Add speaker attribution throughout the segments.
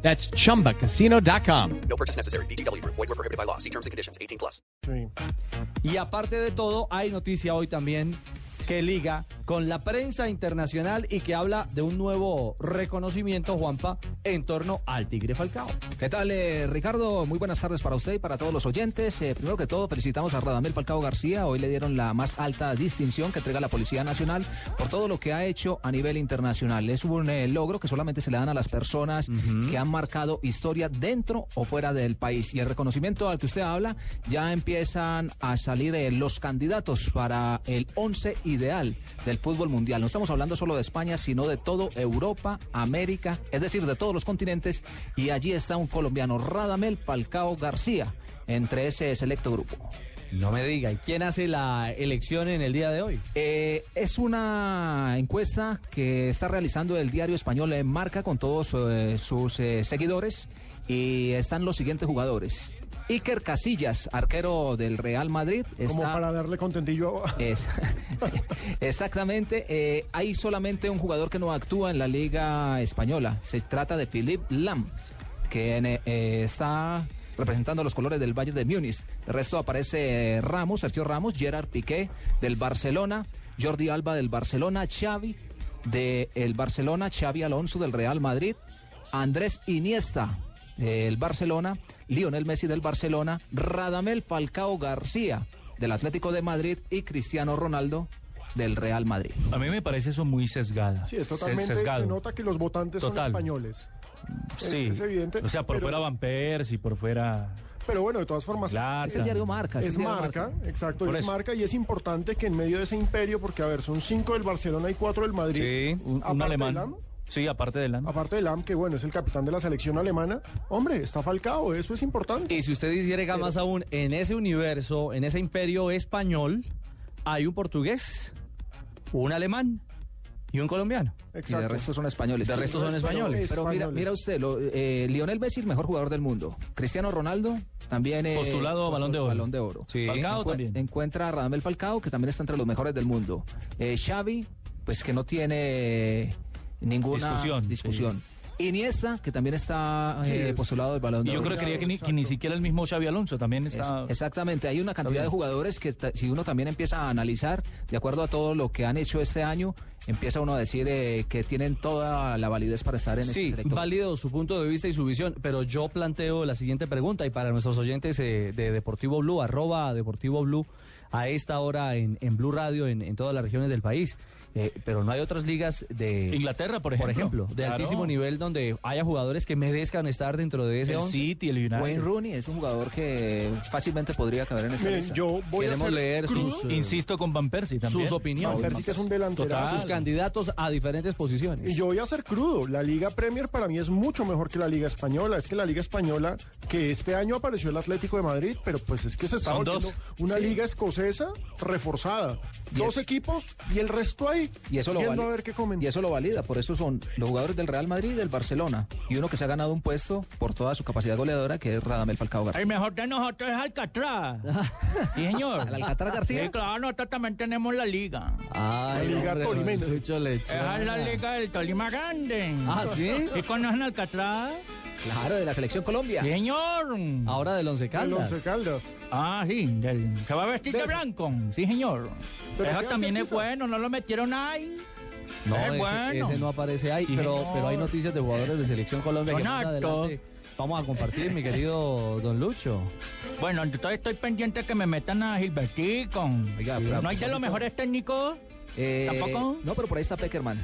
Speaker 1: That's chumbacasino.com.
Speaker 2: No purchase necessary. BGW. Void were prohibited by law. See terms and conditions. 18 plus.
Speaker 3: Y aparte de todo, hay noticia hoy también que liga con la prensa internacional y que habla de un nuevo reconocimiento, Juanpa, en torno al Tigre Falcao.
Speaker 4: ¿Qué tal, eh, Ricardo? Muy buenas tardes para usted y para todos los oyentes. Eh, primero que todo, felicitamos a Radamel Falcao García. Hoy le dieron la más alta distinción que entrega la Policía Nacional por todo lo que ha hecho a nivel internacional. Es un eh, logro que solamente se le dan a las personas que han marcado historia dentro o fuera del país. Y el reconocimiento al que usted habla, ya empiezan a salir eh, los candidatos para el 11 ideal del fútbol mundial. No estamos hablando solo de España, sino de todo Europa, América, es decir, de todos los continentes. Y allí está un colombiano, Radamel Palcao García, entre ese selecto grupo.
Speaker 3: No me diga, ¿y quién hace la elección en el día de hoy?
Speaker 4: Eh, es una encuesta que está realizando el diario español eh, Marca con todos eh, sus eh, seguidores y están los siguientes jugadores. Iker Casillas, arquero del Real Madrid,
Speaker 5: Como
Speaker 4: está
Speaker 5: para darle contentillo
Speaker 6: Eh,
Speaker 5: a...
Speaker 4: Es- exactamente. eh, hay solamente un jugador que no actúa en la Liga Española. Se trata de Philip Lam, que en, eh, eh, está representando los colores del Valle de Múnich. El resto aparece eh, Ramos, Sergio Ramos, Gerard Piqué del Barcelona, Jordi Alba del Barcelona, Xavi del Barcelona, Xavi Alonso del Real Madrid, Andrés Iniesta del Barcelona, Lionel Messi del Barcelona, Radamel Falcao García del Atlético de Madrid y Cristiano Ronaldo del Real Madrid.
Speaker 6: A mí me parece eso muy sesgada.
Speaker 5: Sí, es
Speaker 6: Se-
Speaker 5: totalmente...
Speaker 6: sesgado.
Speaker 5: Se nota que los votantes son
Speaker 6: Total.
Speaker 5: españoles. es-
Speaker 6: sí.
Speaker 5: es evidente,
Speaker 6: O sea, por
Speaker 5: pero-
Speaker 6: fuera Van Persie, por fuera
Speaker 5: Pero bueno, de todas formas...
Speaker 6: Lata.
Speaker 4: Es el diario Marca. el
Speaker 5: Es
Speaker 4: diario
Speaker 5: marca, exacto,
Speaker 6: Por
Speaker 5: es
Speaker 6: eso.
Speaker 5: marca y es importante que en medio de ese imperio, porque a ver, son cinco del Barcelona y cuatro del Madrid.
Speaker 6: Sí, un, un
Speaker 5: Aparte
Speaker 6: alemán.
Speaker 5: del Am,
Speaker 6: Sí, aparte del Am.
Speaker 5: aparte del AM, que bueno, es el capitán de la selección alemana. Hombre, está Falcao, eso es importante.
Speaker 3: Y si usted disgrega más aún, en ese universo, en ese imperio español, hay un portugués, un alemán y un colombiano.
Speaker 4: Y de
Speaker 5: Exacto.
Speaker 4: resto son españoles.
Speaker 3: De resto son españoles.
Speaker 4: Pero mira,
Speaker 5: Españoles.
Speaker 4: mira usted, lo, eh, Lionel Messi, el mejor jugador del mundo. Cristiano Ronaldo, también. eh,
Speaker 6: Postulado a Balón de Oro.
Speaker 4: Balón de Oro.
Speaker 6: Sí. Falcao también.
Speaker 4: Encuentra a Radamel Falcao, que también está entre los mejores del mundo. Eh, Xavi, pues que no tiene eh, ninguna
Speaker 6: Discusión,
Speaker 4: discusión. Iniesta, que también está eh, postulado al Balón de
Speaker 6: Y yo
Speaker 4: Oro.
Speaker 6: creo que, creía que, ni, que ni siquiera el mismo Xavi Alonso también está.
Speaker 4: Es- exactamente, hay una cantidad de jugadores que ta- si uno también empieza a analizar, de acuerdo a todo lo que han hecho este año, empieza uno a decir eh, que tienen toda la validez para estar en este
Speaker 3: Sí,
Speaker 4: selecto.
Speaker 3: válido su punto de vista y su visión, pero yo planteo la siguiente pregunta y para nuestros oyentes eh, de Deportivo Blue, arroba Deportivo Blue, a esta hora en, en Blue Radio, en, en todas las regiones del país, eh, pero no hay otras ligas de...
Speaker 6: Inglaterra, por ejemplo.
Speaker 3: de
Speaker 6: Claro.
Speaker 3: altísimo nivel donde haya jugadores que merezcan estar dentro de ese
Speaker 6: El
Speaker 3: once.
Speaker 6: City, el United.
Speaker 4: Wayne Rooney es un jugador que fácilmente podría caber en este esta
Speaker 5: Miren,
Speaker 4: lista.
Speaker 5: yo voy
Speaker 3: Queremos
Speaker 5: a ser
Speaker 3: leer
Speaker 5: crudo.
Speaker 3: sus, eh,
Speaker 6: Insisto con Van Persie también.
Speaker 3: sus opiniones,
Speaker 5: Van Persie, que es un delantero.
Speaker 6: Total.
Speaker 3: sus candidatos a diferentes posiciones.
Speaker 5: Y yo voy a ser crudo. La Liga Premier para mí es mucho mejor que la Liga Española. Es que la Liga Española, que este año apareció el Atlético de Madrid, pero pues es que se está
Speaker 6: Son
Speaker 5: volviendo
Speaker 6: dos.
Speaker 5: una liga escocesa reforzada. Dos equipos y el resto ahí.
Speaker 4: Y eso, lo
Speaker 5: viendo
Speaker 4: vali-
Speaker 5: a ver qué comen.
Speaker 4: y eso lo valida, por eso son los jugadores del Real Madrid y del Barcelona. Y uno que se ha ganado un puesto por toda su capacidad goleadora, que es Radamel Falcao García.
Speaker 6: El mejor de nosotros es Alcatraz. sí, señor.
Speaker 4: ¿Al Alcatraz García?
Speaker 6: Sí, claro, nosotros también tenemos la liga.
Speaker 3: Ay,
Speaker 5: La Liga
Speaker 3: hombre, don
Speaker 5: Tolimense.
Speaker 3: Chucho Lechona.
Speaker 6: Esa es la liga del Tolima Grande.
Speaker 3: Ah, ¿sí?
Speaker 6: ¿Y conocen Alcatraz?
Speaker 4: Claro, de la selección Colombia.
Speaker 6: Sí, señor.
Speaker 3: Ahora del Once
Speaker 5: El
Speaker 3: Caldas.
Speaker 5: Once Caldas.
Speaker 6: Ah, sí, del que va vestido
Speaker 5: De-
Speaker 6: blanco. Sí, señor.
Speaker 5: Pero
Speaker 6: Eso
Speaker 5: queda
Speaker 6: también es
Speaker 5: cerquita.
Speaker 6: bueno, no lo metieron ahí.
Speaker 3: No,
Speaker 6: Es
Speaker 3: ese,
Speaker 6: Eh, bueno.
Speaker 3: ese no aparece ahí,
Speaker 6: Sí,
Speaker 3: pero,
Speaker 6: señor.
Speaker 3: pero hay noticias de jugadores de Selección Colombia que más
Speaker 6: Donato.
Speaker 3: adelante vamos a compartir, mi querido Don Lucho.
Speaker 6: Bueno, entonces estoy pendiente que me metan a Gilbertico.
Speaker 4: Oiga, pero a
Speaker 6: ¿No hay de este los
Speaker 4: propósito-
Speaker 6: mejores técnicos?
Speaker 4: Eh,
Speaker 6: ¿Tampoco?
Speaker 4: No, pero por ahí está Peckerman.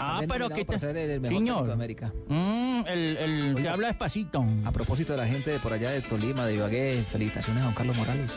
Speaker 6: Ah,
Speaker 4: También
Speaker 6: pero
Speaker 4: nominado
Speaker 6: aquí
Speaker 4: para
Speaker 6: está-
Speaker 4: ser el mejor
Speaker 6: Señor.
Speaker 4: técnico de América.
Speaker 6: Mm, el el que
Speaker 4: Oiga. Ah,
Speaker 6: habla despacito.
Speaker 4: A propósito de la gente de por allá de Tolima, de Ibagué, felicitaciones a don Carlos Morales.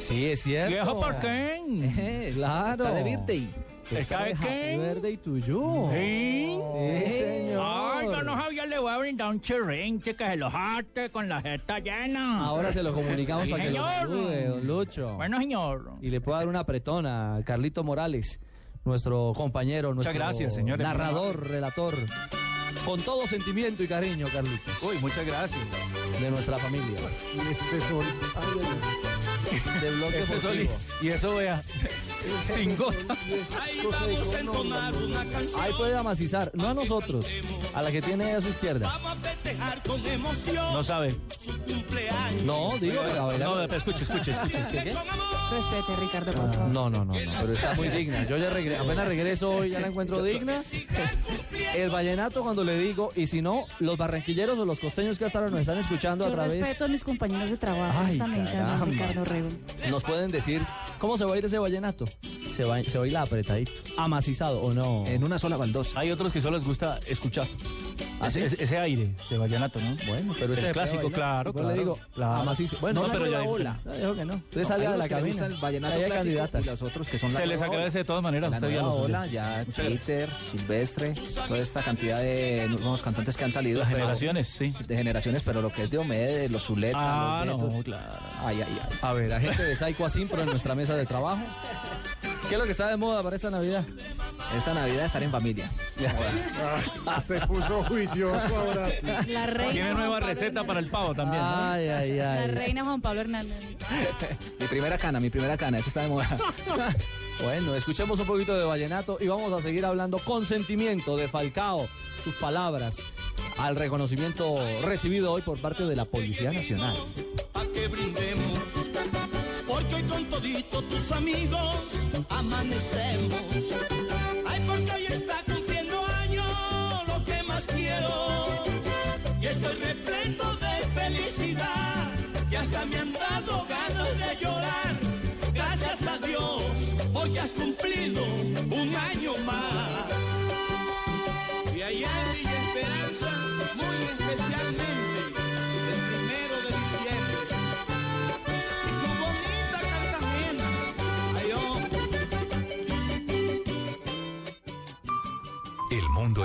Speaker 3: Sí, es cierto.
Speaker 6: ¿Y eso por qué?
Speaker 4: Eh,
Speaker 3: Claro.
Speaker 4: Está de birthday.
Speaker 6: ¿Está de
Speaker 3: Happy
Speaker 6: qué?
Speaker 3: Verde y Tuyú.
Speaker 6: ¿Sí?
Speaker 3: Sí, señor.
Speaker 6: Ay, yo no sabía el le voy a brindar un chirrinche que se lo jarte con la jeta llena.
Speaker 3: Ahora se lo comunicamos
Speaker 6: Sí,
Speaker 3: para que lo
Speaker 6: señor.
Speaker 3: salude, don Lucho.
Speaker 6: Bueno, señor.
Speaker 3: Y le puedo dar una apretona a Carlito Morales, nuestro compañero, nuestro
Speaker 7: gracias, señores.
Speaker 3: narrador, relator. Con todo sentimiento y cariño, Carlito,
Speaker 7: Uy, muchas gracias.
Speaker 3: de nuestra familia,
Speaker 5: Este sol. Ay, ay, ay.
Speaker 3: de Blog
Speaker 7: Este sol
Speaker 3: Deportivo.
Speaker 7: y, y eso vea. Sin gota.
Speaker 3: Ahí puede amacizar, no a nosotros, a la que tiene a su izquierda.
Speaker 7: No sabe.
Speaker 3: No, digo, pero a ver, a
Speaker 7: No,
Speaker 3: ver.
Speaker 7: escuche, escuche, escuche.
Speaker 3: ¿Qué, qué?
Speaker 8: Respete, Ricardo, por favor.
Speaker 3: Ah, No, no, no, no, pero está muy digna. Yo ya regre- apenas regreso hoy, ya la encuentro digna. El vallenato cuando le digo, y si no, los barranquilleros o los costeños que hasta ahora nos están escuchando a
Speaker 8: Yo
Speaker 3: través,
Speaker 8: respeto a mis compañeros de trabajo en
Speaker 3: Ay,
Speaker 8: esta mesa, don
Speaker 3: caramba.
Speaker 8: Ricardo Rego.
Speaker 3: nos pueden decir cómo se va a ir ese vallenato. Se va, se va a ir apretadito, amacizado o no.
Speaker 4: En una sola baldosa.
Speaker 7: Hay otros que solo les gusta escuchar. Ese, ese- ese aire de vallenato, ¿no? Bueno, pero
Speaker 3: este
Speaker 7: el clásico, claro,
Speaker 3: Yo le
Speaker 7: claro.
Speaker 3: digo,
Speaker 7: Claro.
Speaker 3: amacice. Bueno,
Speaker 7: no,
Speaker 4: la
Speaker 7: pero
Speaker 4: nueva
Speaker 7: ya hay-
Speaker 4: ola.
Speaker 3: Ya dijo que no. Tres
Speaker 4: No, hay
Speaker 3: sale a
Speaker 4: unos
Speaker 3: la
Speaker 4: que le
Speaker 3: cabina.
Speaker 4: gusta el vallenato
Speaker 3: Ahí hay
Speaker 4: clásico y
Speaker 3: candidatas.
Speaker 4: los otros que son la
Speaker 7: Se les
Speaker 4: nueva ola.
Speaker 7: agradece de todas maneras.
Speaker 4: La
Speaker 7: usted ya
Speaker 4: nueva
Speaker 7: lo-
Speaker 4: ola, ya Peter, Silvestre, toda esta cantidad de nuevos cantantes que han salido.
Speaker 7: Las
Speaker 4: pero-
Speaker 7: generaciones, sí.
Speaker 4: De generaciones, pero lo que es Diomedes, los Zuletas,
Speaker 7: Ah,
Speaker 4: los Betos.
Speaker 7: no, claro.
Speaker 4: Ay, ay, ay.
Speaker 3: A ver, agente de Saico Asimpro en nuestra mesa de trabajo. ¿Qué es lo que está de moda para esta Navidad?
Speaker 4: Esta Navidad estar en familia.
Speaker 5: Ah, se puso juicioso ahora sí.
Speaker 8: La reina.
Speaker 7: Tiene
Speaker 8: Juan
Speaker 7: nueva
Speaker 8: Pablo
Speaker 7: receta
Speaker 8: Hernández.
Speaker 7: para el pavo también. ¿no?
Speaker 3: Ay, ay,
Speaker 8: La
Speaker 3: ay.
Speaker 8: reina Juan Pablo Hernández.
Speaker 4: mi primera cana, mi primera cana, esa está de moda.
Speaker 3: Bueno, escuchemos un poquito de vallenato y vamos a seguir hablando con sentimiento de Falcao, sus palabras al reconocimiento recibido hoy por parte de la Policía Nacional.
Speaker 9: pa' que brindemos. Porque hoy con todito tus amigos amanecemos. Ay, porque hoy está cumpliendo años lo que más quiero. Y estoy repleto de felicidad. Y hasta me han dado ganas de llorar. Gracias a Dios, hoy has cumplido un año más. Y hay en Villa Esperanza, muy especialmente, el primero de diciembre. Y su bonita Cartagena, ay, oh,
Speaker 10: El mundo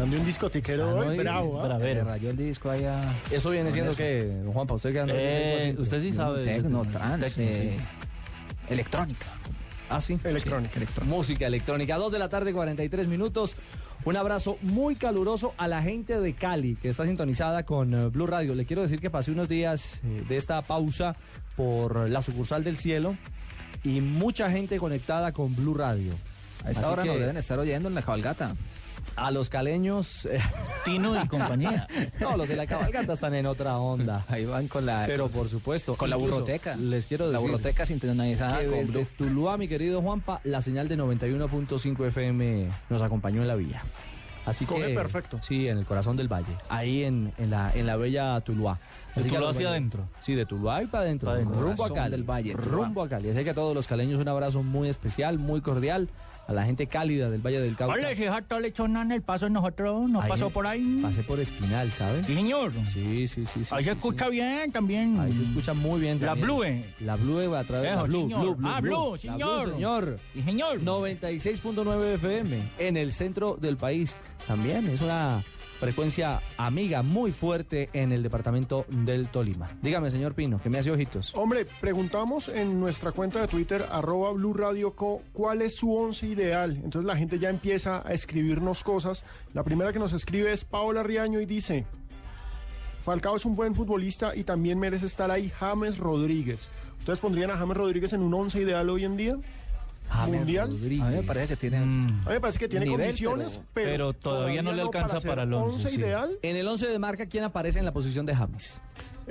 Speaker 5: Ande un discotiquero
Speaker 3: Están
Speaker 5: hoy,
Speaker 3: hoy
Speaker 5: bravo. ¿ah?
Speaker 4: Le
Speaker 7: Bravero.
Speaker 4: rayó el disco allá.
Speaker 3: Eso viene siendo que, Juanpa, usted que anda en ese
Speaker 7: Eh,
Speaker 3: asiento.
Speaker 7: usted sí sabe.
Speaker 4: Tecno, trans,
Speaker 7: Tecno, sí.
Speaker 4: eh, electrónica.
Speaker 3: ¿Ah, sí?
Speaker 5: Electrónica.
Speaker 3: Música electrónica. 2 de la tarde, 43 minutos. Un abrazo muy caluroso a la gente de Cali que está sintonizada con eh, Blue Radio. Le quiero decir que pasé unos días eh, de esta pausa por la sucursal del cielo y mucha gente conectada con Blue Radio.
Speaker 4: A esa
Speaker 3: Así
Speaker 4: hora
Speaker 3: que
Speaker 4: nos deben estar oyendo en la cabalgata.
Speaker 3: A los caleños, eh,
Speaker 6: Tino y compañía.
Speaker 3: no, los de la cabalgata están en otra onda.
Speaker 4: Ahí van con la,
Speaker 3: Pero por supuesto,
Speaker 4: con la
Speaker 3: incluso
Speaker 4: burroteca.
Speaker 3: Les quiero decir
Speaker 4: La burroteca sintonizada
Speaker 3: que
Speaker 4: Ah, con
Speaker 3: desde
Speaker 4: Blue.
Speaker 3: Tuluá, mi querido Juanpa, la señal de 91.5 FM nos acompañó en la villa. Así
Speaker 5: Coge
Speaker 3: que,
Speaker 5: perfecto.
Speaker 3: Sí, en el corazón del valle, ahí en, en la, en la bella Tuluá.
Speaker 7: De
Speaker 3: Así que
Speaker 7: Tuluá
Speaker 3: a los
Speaker 7: hacia
Speaker 3: valles-
Speaker 7: adentro.
Speaker 3: Sí, de Tuluá y para adentro,
Speaker 7: Pa' adentro.
Speaker 3: rumbo a
Speaker 4: Corazón
Speaker 3: Cali.
Speaker 4: del valle, Tuluá.
Speaker 3: rumbo a Cali. Así que a todos los caleños un abrazo muy especial, muy cordial, a la gente cálida del Valle del Cauca.
Speaker 6: Hola, si esa tal lechona en el paso de nosotros, nos
Speaker 3: Ahí
Speaker 6: pasó
Speaker 3: en-
Speaker 6: por ahí.
Speaker 3: Pasé por Espinal, ¿sabes?
Speaker 6: Sí, señor.
Speaker 3: Sí, sí, sí. sí,
Speaker 6: Ahí
Speaker 3: sí,
Speaker 6: se
Speaker 3: sí.
Speaker 6: escucha bien también.
Speaker 3: Ahí se escucha muy bien.
Speaker 6: La
Speaker 3: también.
Speaker 6: Blue.
Speaker 3: La Blue a través de la
Speaker 6: Eso,
Speaker 3: Blue,
Speaker 6: señor.
Speaker 3: Blue, Blue,
Speaker 6: Ah, Blue,
Speaker 3: La
Speaker 6: señor.
Speaker 3: señor.
Speaker 6: Sí, señor.
Speaker 3: 96.9 FM en el centro del país. También es una frecuencia amiga muy fuerte en el departamento del Tolima. Dígame, señor Pino, que me hace ojitos.
Speaker 5: Hombre, preguntamos en nuestra cuenta de Twitter, arroba Blue Radio Co, cuál es su once ideal. Entonces la gente ya empieza a escribirnos cosas. La primera que nos escribe es Paola Riaño y dice, Falcao es un buen futbolista y también merece estar ahí James Rodríguez. ¿Ustedes pondrían a James Rodríguez en un once ideal hoy en día?
Speaker 3: James
Speaker 5: ¿Mundial?
Speaker 3: Rodríguez.
Speaker 4: A mí me parece que tiene...
Speaker 3: Mm.
Speaker 5: A mí me parece que tiene
Speaker 4: Nivel,
Speaker 5: condiciones,
Speaker 4: pero-
Speaker 5: pero,
Speaker 7: pero todavía no le alcanza
Speaker 5: ser
Speaker 7: para el once,
Speaker 5: once
Speaker 7: sí.
Speaker 5: ideal.
Speaker 3: En el 11 de marca, ¿quién aparece en la posición de James?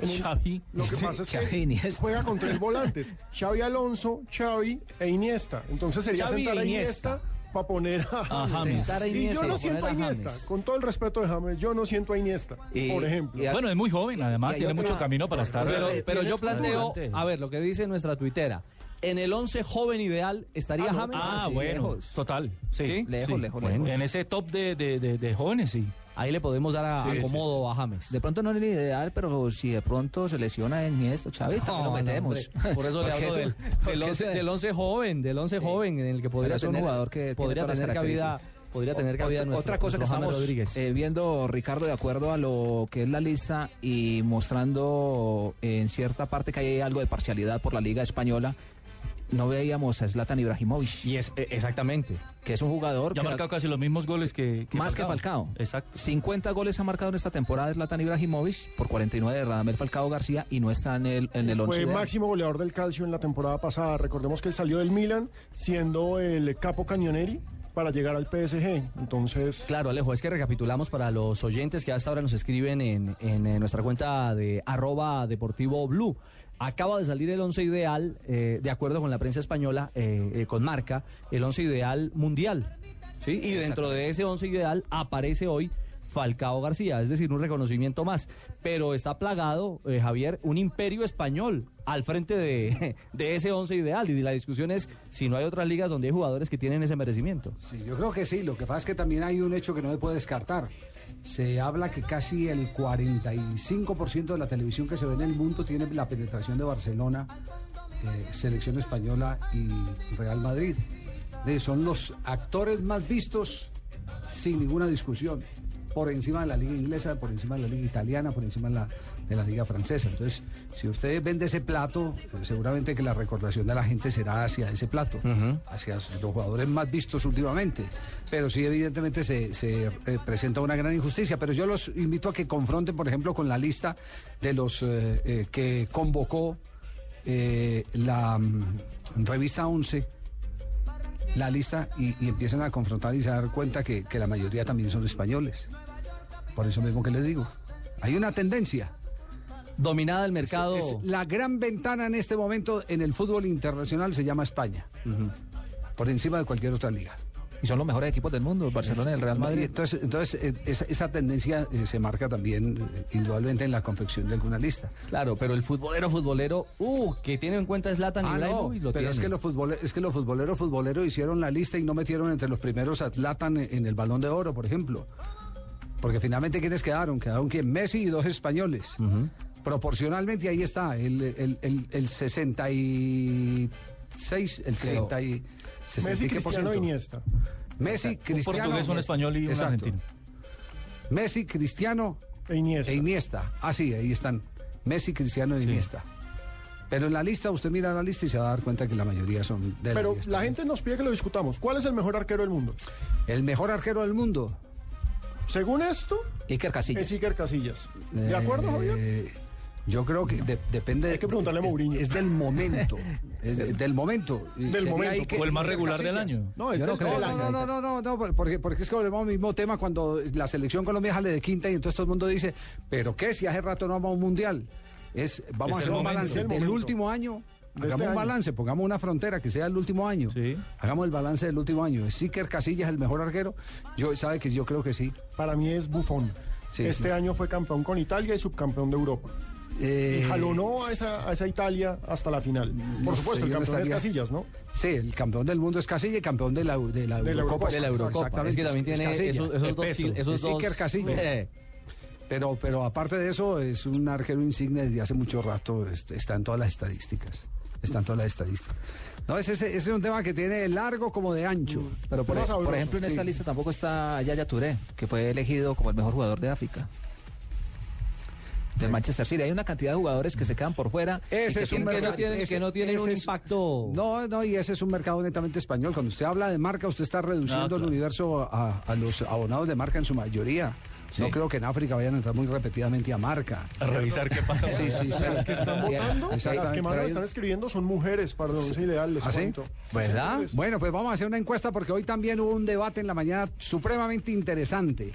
Speaker 5: en un-
Speaker 7: Xavi.
Speaker 5: Lo que pasa es
Speaker 4: Xavi,
Speaker 5: que
Speaker 4: Iniesta.
Speaker 5: juega con tres volantes, Xavi Alonso, Xavi e Iniesta. Entonces sería
Speaker 3: Xavi
Speaker 5: sentar
Speaker 3: e
Speaker 5: a Iniesta para poner a,
Speaker 7: A James.
Speaker 3: Sentar a
Speaker 5: Y yo
Speaker 3: Iniesta y
Speaker 5: no siento a
Speaker 3: poner a
Speaker 5: Iniesta,
Speaker 3: James.
Speaker 5: con todo el respeto de James, yo no siento a Iniesta,
Speaker 4: Y-
Speaker 5: por ejemplo.
Speaker 4: y a-
Speaker 7: Bueno, es muy joven, además,
Speaker 4: Y hay
Speaker 7: tiene
Speaker 4: otra-
Speaker 7: mucho camino para estar.
Speaker 3: Pero,
Speaker 6: eh,
Speaker 4: Pero
Speaker 3: pero yo
Speaker 4: tienes
Speaker 3: planteo,
Speaker 7: adelante.
Speaker 3: a ver, lo que dice nuestra tuitera. En el 11 joven ideal estaría James.
Speaker 7: ah,
Speaker 4: sí,
Speaker 7: bueno,
Speaker 4: lejos.
Speaker 7: total. Sí,
Speaker 3: Sí,
Speaker 4: lejos,
Speaker 7: sí.
Speaker 4: lejos,
Speaker 7: Bueno,
Speaker 4: lejos.
Speaker 7: En ese top de, de, de, de jóvenes, sí.
Speaker 3: Ahí le podemos dar a, acomodo a James.
Speaker 4: De pronto no es el ideal, pero si de pronto se lesiona en esto, Xavi, también lo
Speaker 3: No, no,
Speaker 4: metemos.
Speaker 3: hombre, por eso le
Speaker 4: Porque
Speaker 3: hablo del,
Speaker 4: porque
Speaker 3: del, once,
Speaker 4: eso-
Speaker 3: del once joven, del once joven en el que podría
Speaker 4: es un
Speaker 3: tener,
Speaker 4: jugador que tiene
Speaker 3: podría
Speaker 4: todas las
Speaker 3: tener cabida,
Speaker 4: características.
Speaker 3: podría tener
Speaker 4: Otra-
Speaker 3: cabida nuestro-
Speaker 4: otra cosa que
Speaker 3: nuestro James
Speaker 4: estamos
Speaker 3: Rodríguez.
Speaker 4: eh, viendo, Ricardo, de acuerdo a lo que es la lista y mostrando eh, en cierta parte que hay algo de parcialidad por la Liga Española, no veíamos a Zlatan Ibrahimovic,
Speaker 3: y es eh, exactamente.
Speaker 4: que es un jugador
Speaker 7: Ya
Speaker 4: que
Speaker 7: ha marcado casi los mismos goles que,
Speaker 4: más que Falcao.
Speaker 7: Exacto.
Speaker 4: 50 goles ha marcado en esta temporada Zlatan Ibrahimovic por 49 de Radamel Falcao García y no está en el, en el 11
Speaker 5: Fue
Speaker 4: ideal.
Speaker 5: máximo goleador del calcio en la temporada pasada. Recordemos que salió del Milan siendo el capo cañoneri para llegar al PSG. Entonces,
Speaker 3: Claro, Alejo, es que recapitulamos para los oyentes que hasta ahora nos escriben en, en, eh, nuestra cuenta de arroba deportivo blue. Acaba de salir el once ideal, eh, de acuerdo con la prensa española, eh, eh, con marca, el once ideal mundial. ¿sí? Y dentro de ese once ideal aparece hoy Falcao García, es decir, un reconocimiento más. Pero está plagado, eh, Javier, un imperio español al frente de, de ese once ideal. Y la discusión es si no hay otras ligas donde hay jugadores que tienen ese merecimiento.
Speaker 11: Sí, yo creo que sí. Lo que pasa es que también hay un hecho que no se puede descartar. Se habla que casi el 45% de la televisión que se ve en el mundo tiene la penetración de Barcelona, eh, selección española y Real Madrid. De- son los actores más vistos sin ninguna discusión. Por encima de la liga inglesa, por encima de la liga italiana, por encima de la, de la liga francesa. Entonces, si usted vende ese plato, eh, seguramente que la recordación de la gente será hacia ese plato, hacia los jugadores más vistos últimamente. Pero sí, evidentemente, se, se, eh, presenta una gran injusticia. Pero yo los invito a que confronten, por ejemplo, con la lista de los eh, eh, que convocó eh, la mm, revista 11 la lista y, y empiezan a confrontar y se dar cuenta que, que la mayoría también son españoles. Por eso mismo que les digo. Hay una tendencia.
Speaker 3: Dominada el
Speaker 11: Es-
Speaker 3: mercado.
Speaker 4: Oh.
Speaker 11: es la gran ventana en este momento en el fútbol internacional se llama España. Por encima de cualquier otra liga.
Speaker 4: Y son los mejores equipos del mundo, el Barcelona y el Real Madrid.
Speaker 11: Entonces, entonces eh, esa, esa tendencia eh, se marca también, eh, indudablemente, en la confección de alguna lista.
Speaker 3: Claro, pero el futbolero, futbolero, uh, que tiene en cuenta Zlatan
Speaker 11: Ah, no,
Speaker 3: Ibrahimovic,
Speaker 11: pero
Speaker 3: lo tiene.
Speaker 11: es que los futboleros, es que los futboleros, futboleros hicieron la lista y no metieron entre los primeros a Zlatan en el Balón de Oro, por ejemplo. Porque finalmente, ¿quiénes quedaron? Quedaron que Messi y dos españoles. Proporcionalmente ahí está, el, el, el, el 66, el 60 y... 60 y
Speaker 5: Messi,
Speaker 11: qué por
Speaker 5: Cristiano, e
Speaker 11: ciento.
Speaker 5: Iniesta.
Speaker 11: Messi, Cristiano... e
Speaker 7: portugués, un español y un
Speaker 11: Exacto.
Speaker 7: argentino.
Speaker 11: Messi, Cristiano
Speaker 5: E Iniesta.
Speaker 11: e Iniesta. Ah, sí, ahí están. Messi, Cristiano e Iniesta. Pero en la lista, usted mira la lista y se va a dar cuenta que la mayoría son de
Speaker 5: Pero
Speaker 11: Liga
Speaker 5: la
Speaker 11: Española.
Speaker 5: gente nos pide que lo discutamos. ¿Cuál es el mejor arquero del mundo?
Speaker 11: El mejor arquero del mundo.
Speaker 5: Según esto,
Speaker 4: Iker Casillas.
Speaker 5: es Iker Casillas. ¿De acuerdo,
Speaker 11: Eh,
Speaker 5: Javier?
Speaker 11: Yo creo que de- depende.
Speaker 5: Hay que preguntarle a
Speaker 11: es-
Speaker 5: Mourinho.
Speaker 11: Es, del momento. es de- del momento. Y sería
Speaker 5: momento,
Speaker 11: ahí
Speaker 7: O el más regular del
Speaker 11: Casillas.
Speaker 7: año.
Speaker 5: No, es
Speaker 11: Yo no
Speaker 5: del-
Speaker 11: creo.
Speaker 5: del
Speaker 11: No,
Speaker 5: año.
Speaker 11: no, no, no, no, no, porque, porque es que volvemos al mismo tema cuando la selección Colombia sale de quinta y entonces todo el mundo dice, ¿pero qué? Si hace rato no vamos a un mundial. Es, vamos
Speaker 7: Es
Speaker 11: a hacer
Speaker 7: el
Speaker 11: un
Speaker 7: momento,
Speaker 11: balance
Speaker 7: es el
Speaker 11: del
Speaker 5: momento.
Speaker 11: último año.
Speaker 5: De
Speaker 11: Hagamos
Speaker 5: este
Speaker 11: un
Speaker 5: año.
Speaker 11: balance, pongamos una frontera que sea el último año.
Speaker 7: Sí.
Speaker 11: Hagamos el balance del último año. ¿Es Iker Casillas el mejor arquero? Yo sabe que yo creo que sí.
Speaker 5: Para mí es bufón.
Speaker 11: Sí,
Speaker 5: este
Speaker 11: sí.
Speaker 5: año fue campeón con Italia y subcampeón de Europa.
Speaker 11: Eh,
Speaker 5: Y jalonó a esa, a esa Italia hasta la final. Por
Speaker 11: no sé,
Speaker 5: supuesto, el
Speaker 11: yo no
Speaker 5: campeón es
Speaker 11: estaría-
Speaker 5: Casillas, ¿no?
Speaker 11: Sí, el campeón del mundo es Casilla y campeón de la, de la
Speaker 5: De la
Speaker 11: Eurocopa.
Speaker 5: Eurocopa.
Speaker 3: de la Eurocopa.
Speaker 11: Exactamente.
Speaker 3: Es que también
Speaker 11: es
Speaker 3: tiene
Speaker 11: Casilla.
Speaker 3: esos, esos
Speaker 7: el
Speaker 3: dos.
Speaker 7: peso.
Speaker 3: sí, esos
Speaker 11: Es
Speaker 3: dos-
Speaker 11: Iker Casillas.
Speaker 3: Eh,
Speaker 11: Pero, pero aparte de eso, es un arquero insigne desde hace mucho rato, es- está en todas las estadísticas. Están todas las estadísticas. No, ese, ese es un tema que tiene de largo como de ancho.
Speaker 4: Pero por,
Speaker 11: Mm. Más
Speaker 4: e- por
Speaker 11: sabroso,
Speaker 4: ejemplo, en esta
Speaker 11: sí.
Speaker 4: lista tampoco está Yaya Touré, que fue elegido como el mejor jugador de África. Del Manchester City. Hay una cantidad de jugadores que se quedan por fuera. y
Speaker 11: Ese
Speaker 4: que
Speaker 11: es un
Speaker 4: tienen-
Speaker 11: mercado ese- ese es- No, no, y ese es un mercado netamente español. Cuando usted habla de marca, usted está reduciendo
Speaker 4: Ah, claro.
Speaker 11: el universo a, a los abonados de marca en su mayoría. No creo que en África vayan a entrar muy repetidamente a marca.
Speaker 7: A revisar qué pasa.
Speaker 11: Sí, sí, sí.
Speaker 5: Las que están
Speaker 11: Bien,
Speaker 5: votando, las
Speaker 11: exactamente,
Speaker 5: que más
Speaker 11: pero
Speaker 5: lo
Speaker 11: hay-
Speaker 5: están escribiendo son mujeres para el once ideal, les
Speaker 11: ¿Ah, sí?
Speaker 5: cuento.
Speaker 11: ¿Verdad? pues Bueno, pues vamos a hacer una encuesta porque hoy también hubo un debate en la mañana supremamente interesante.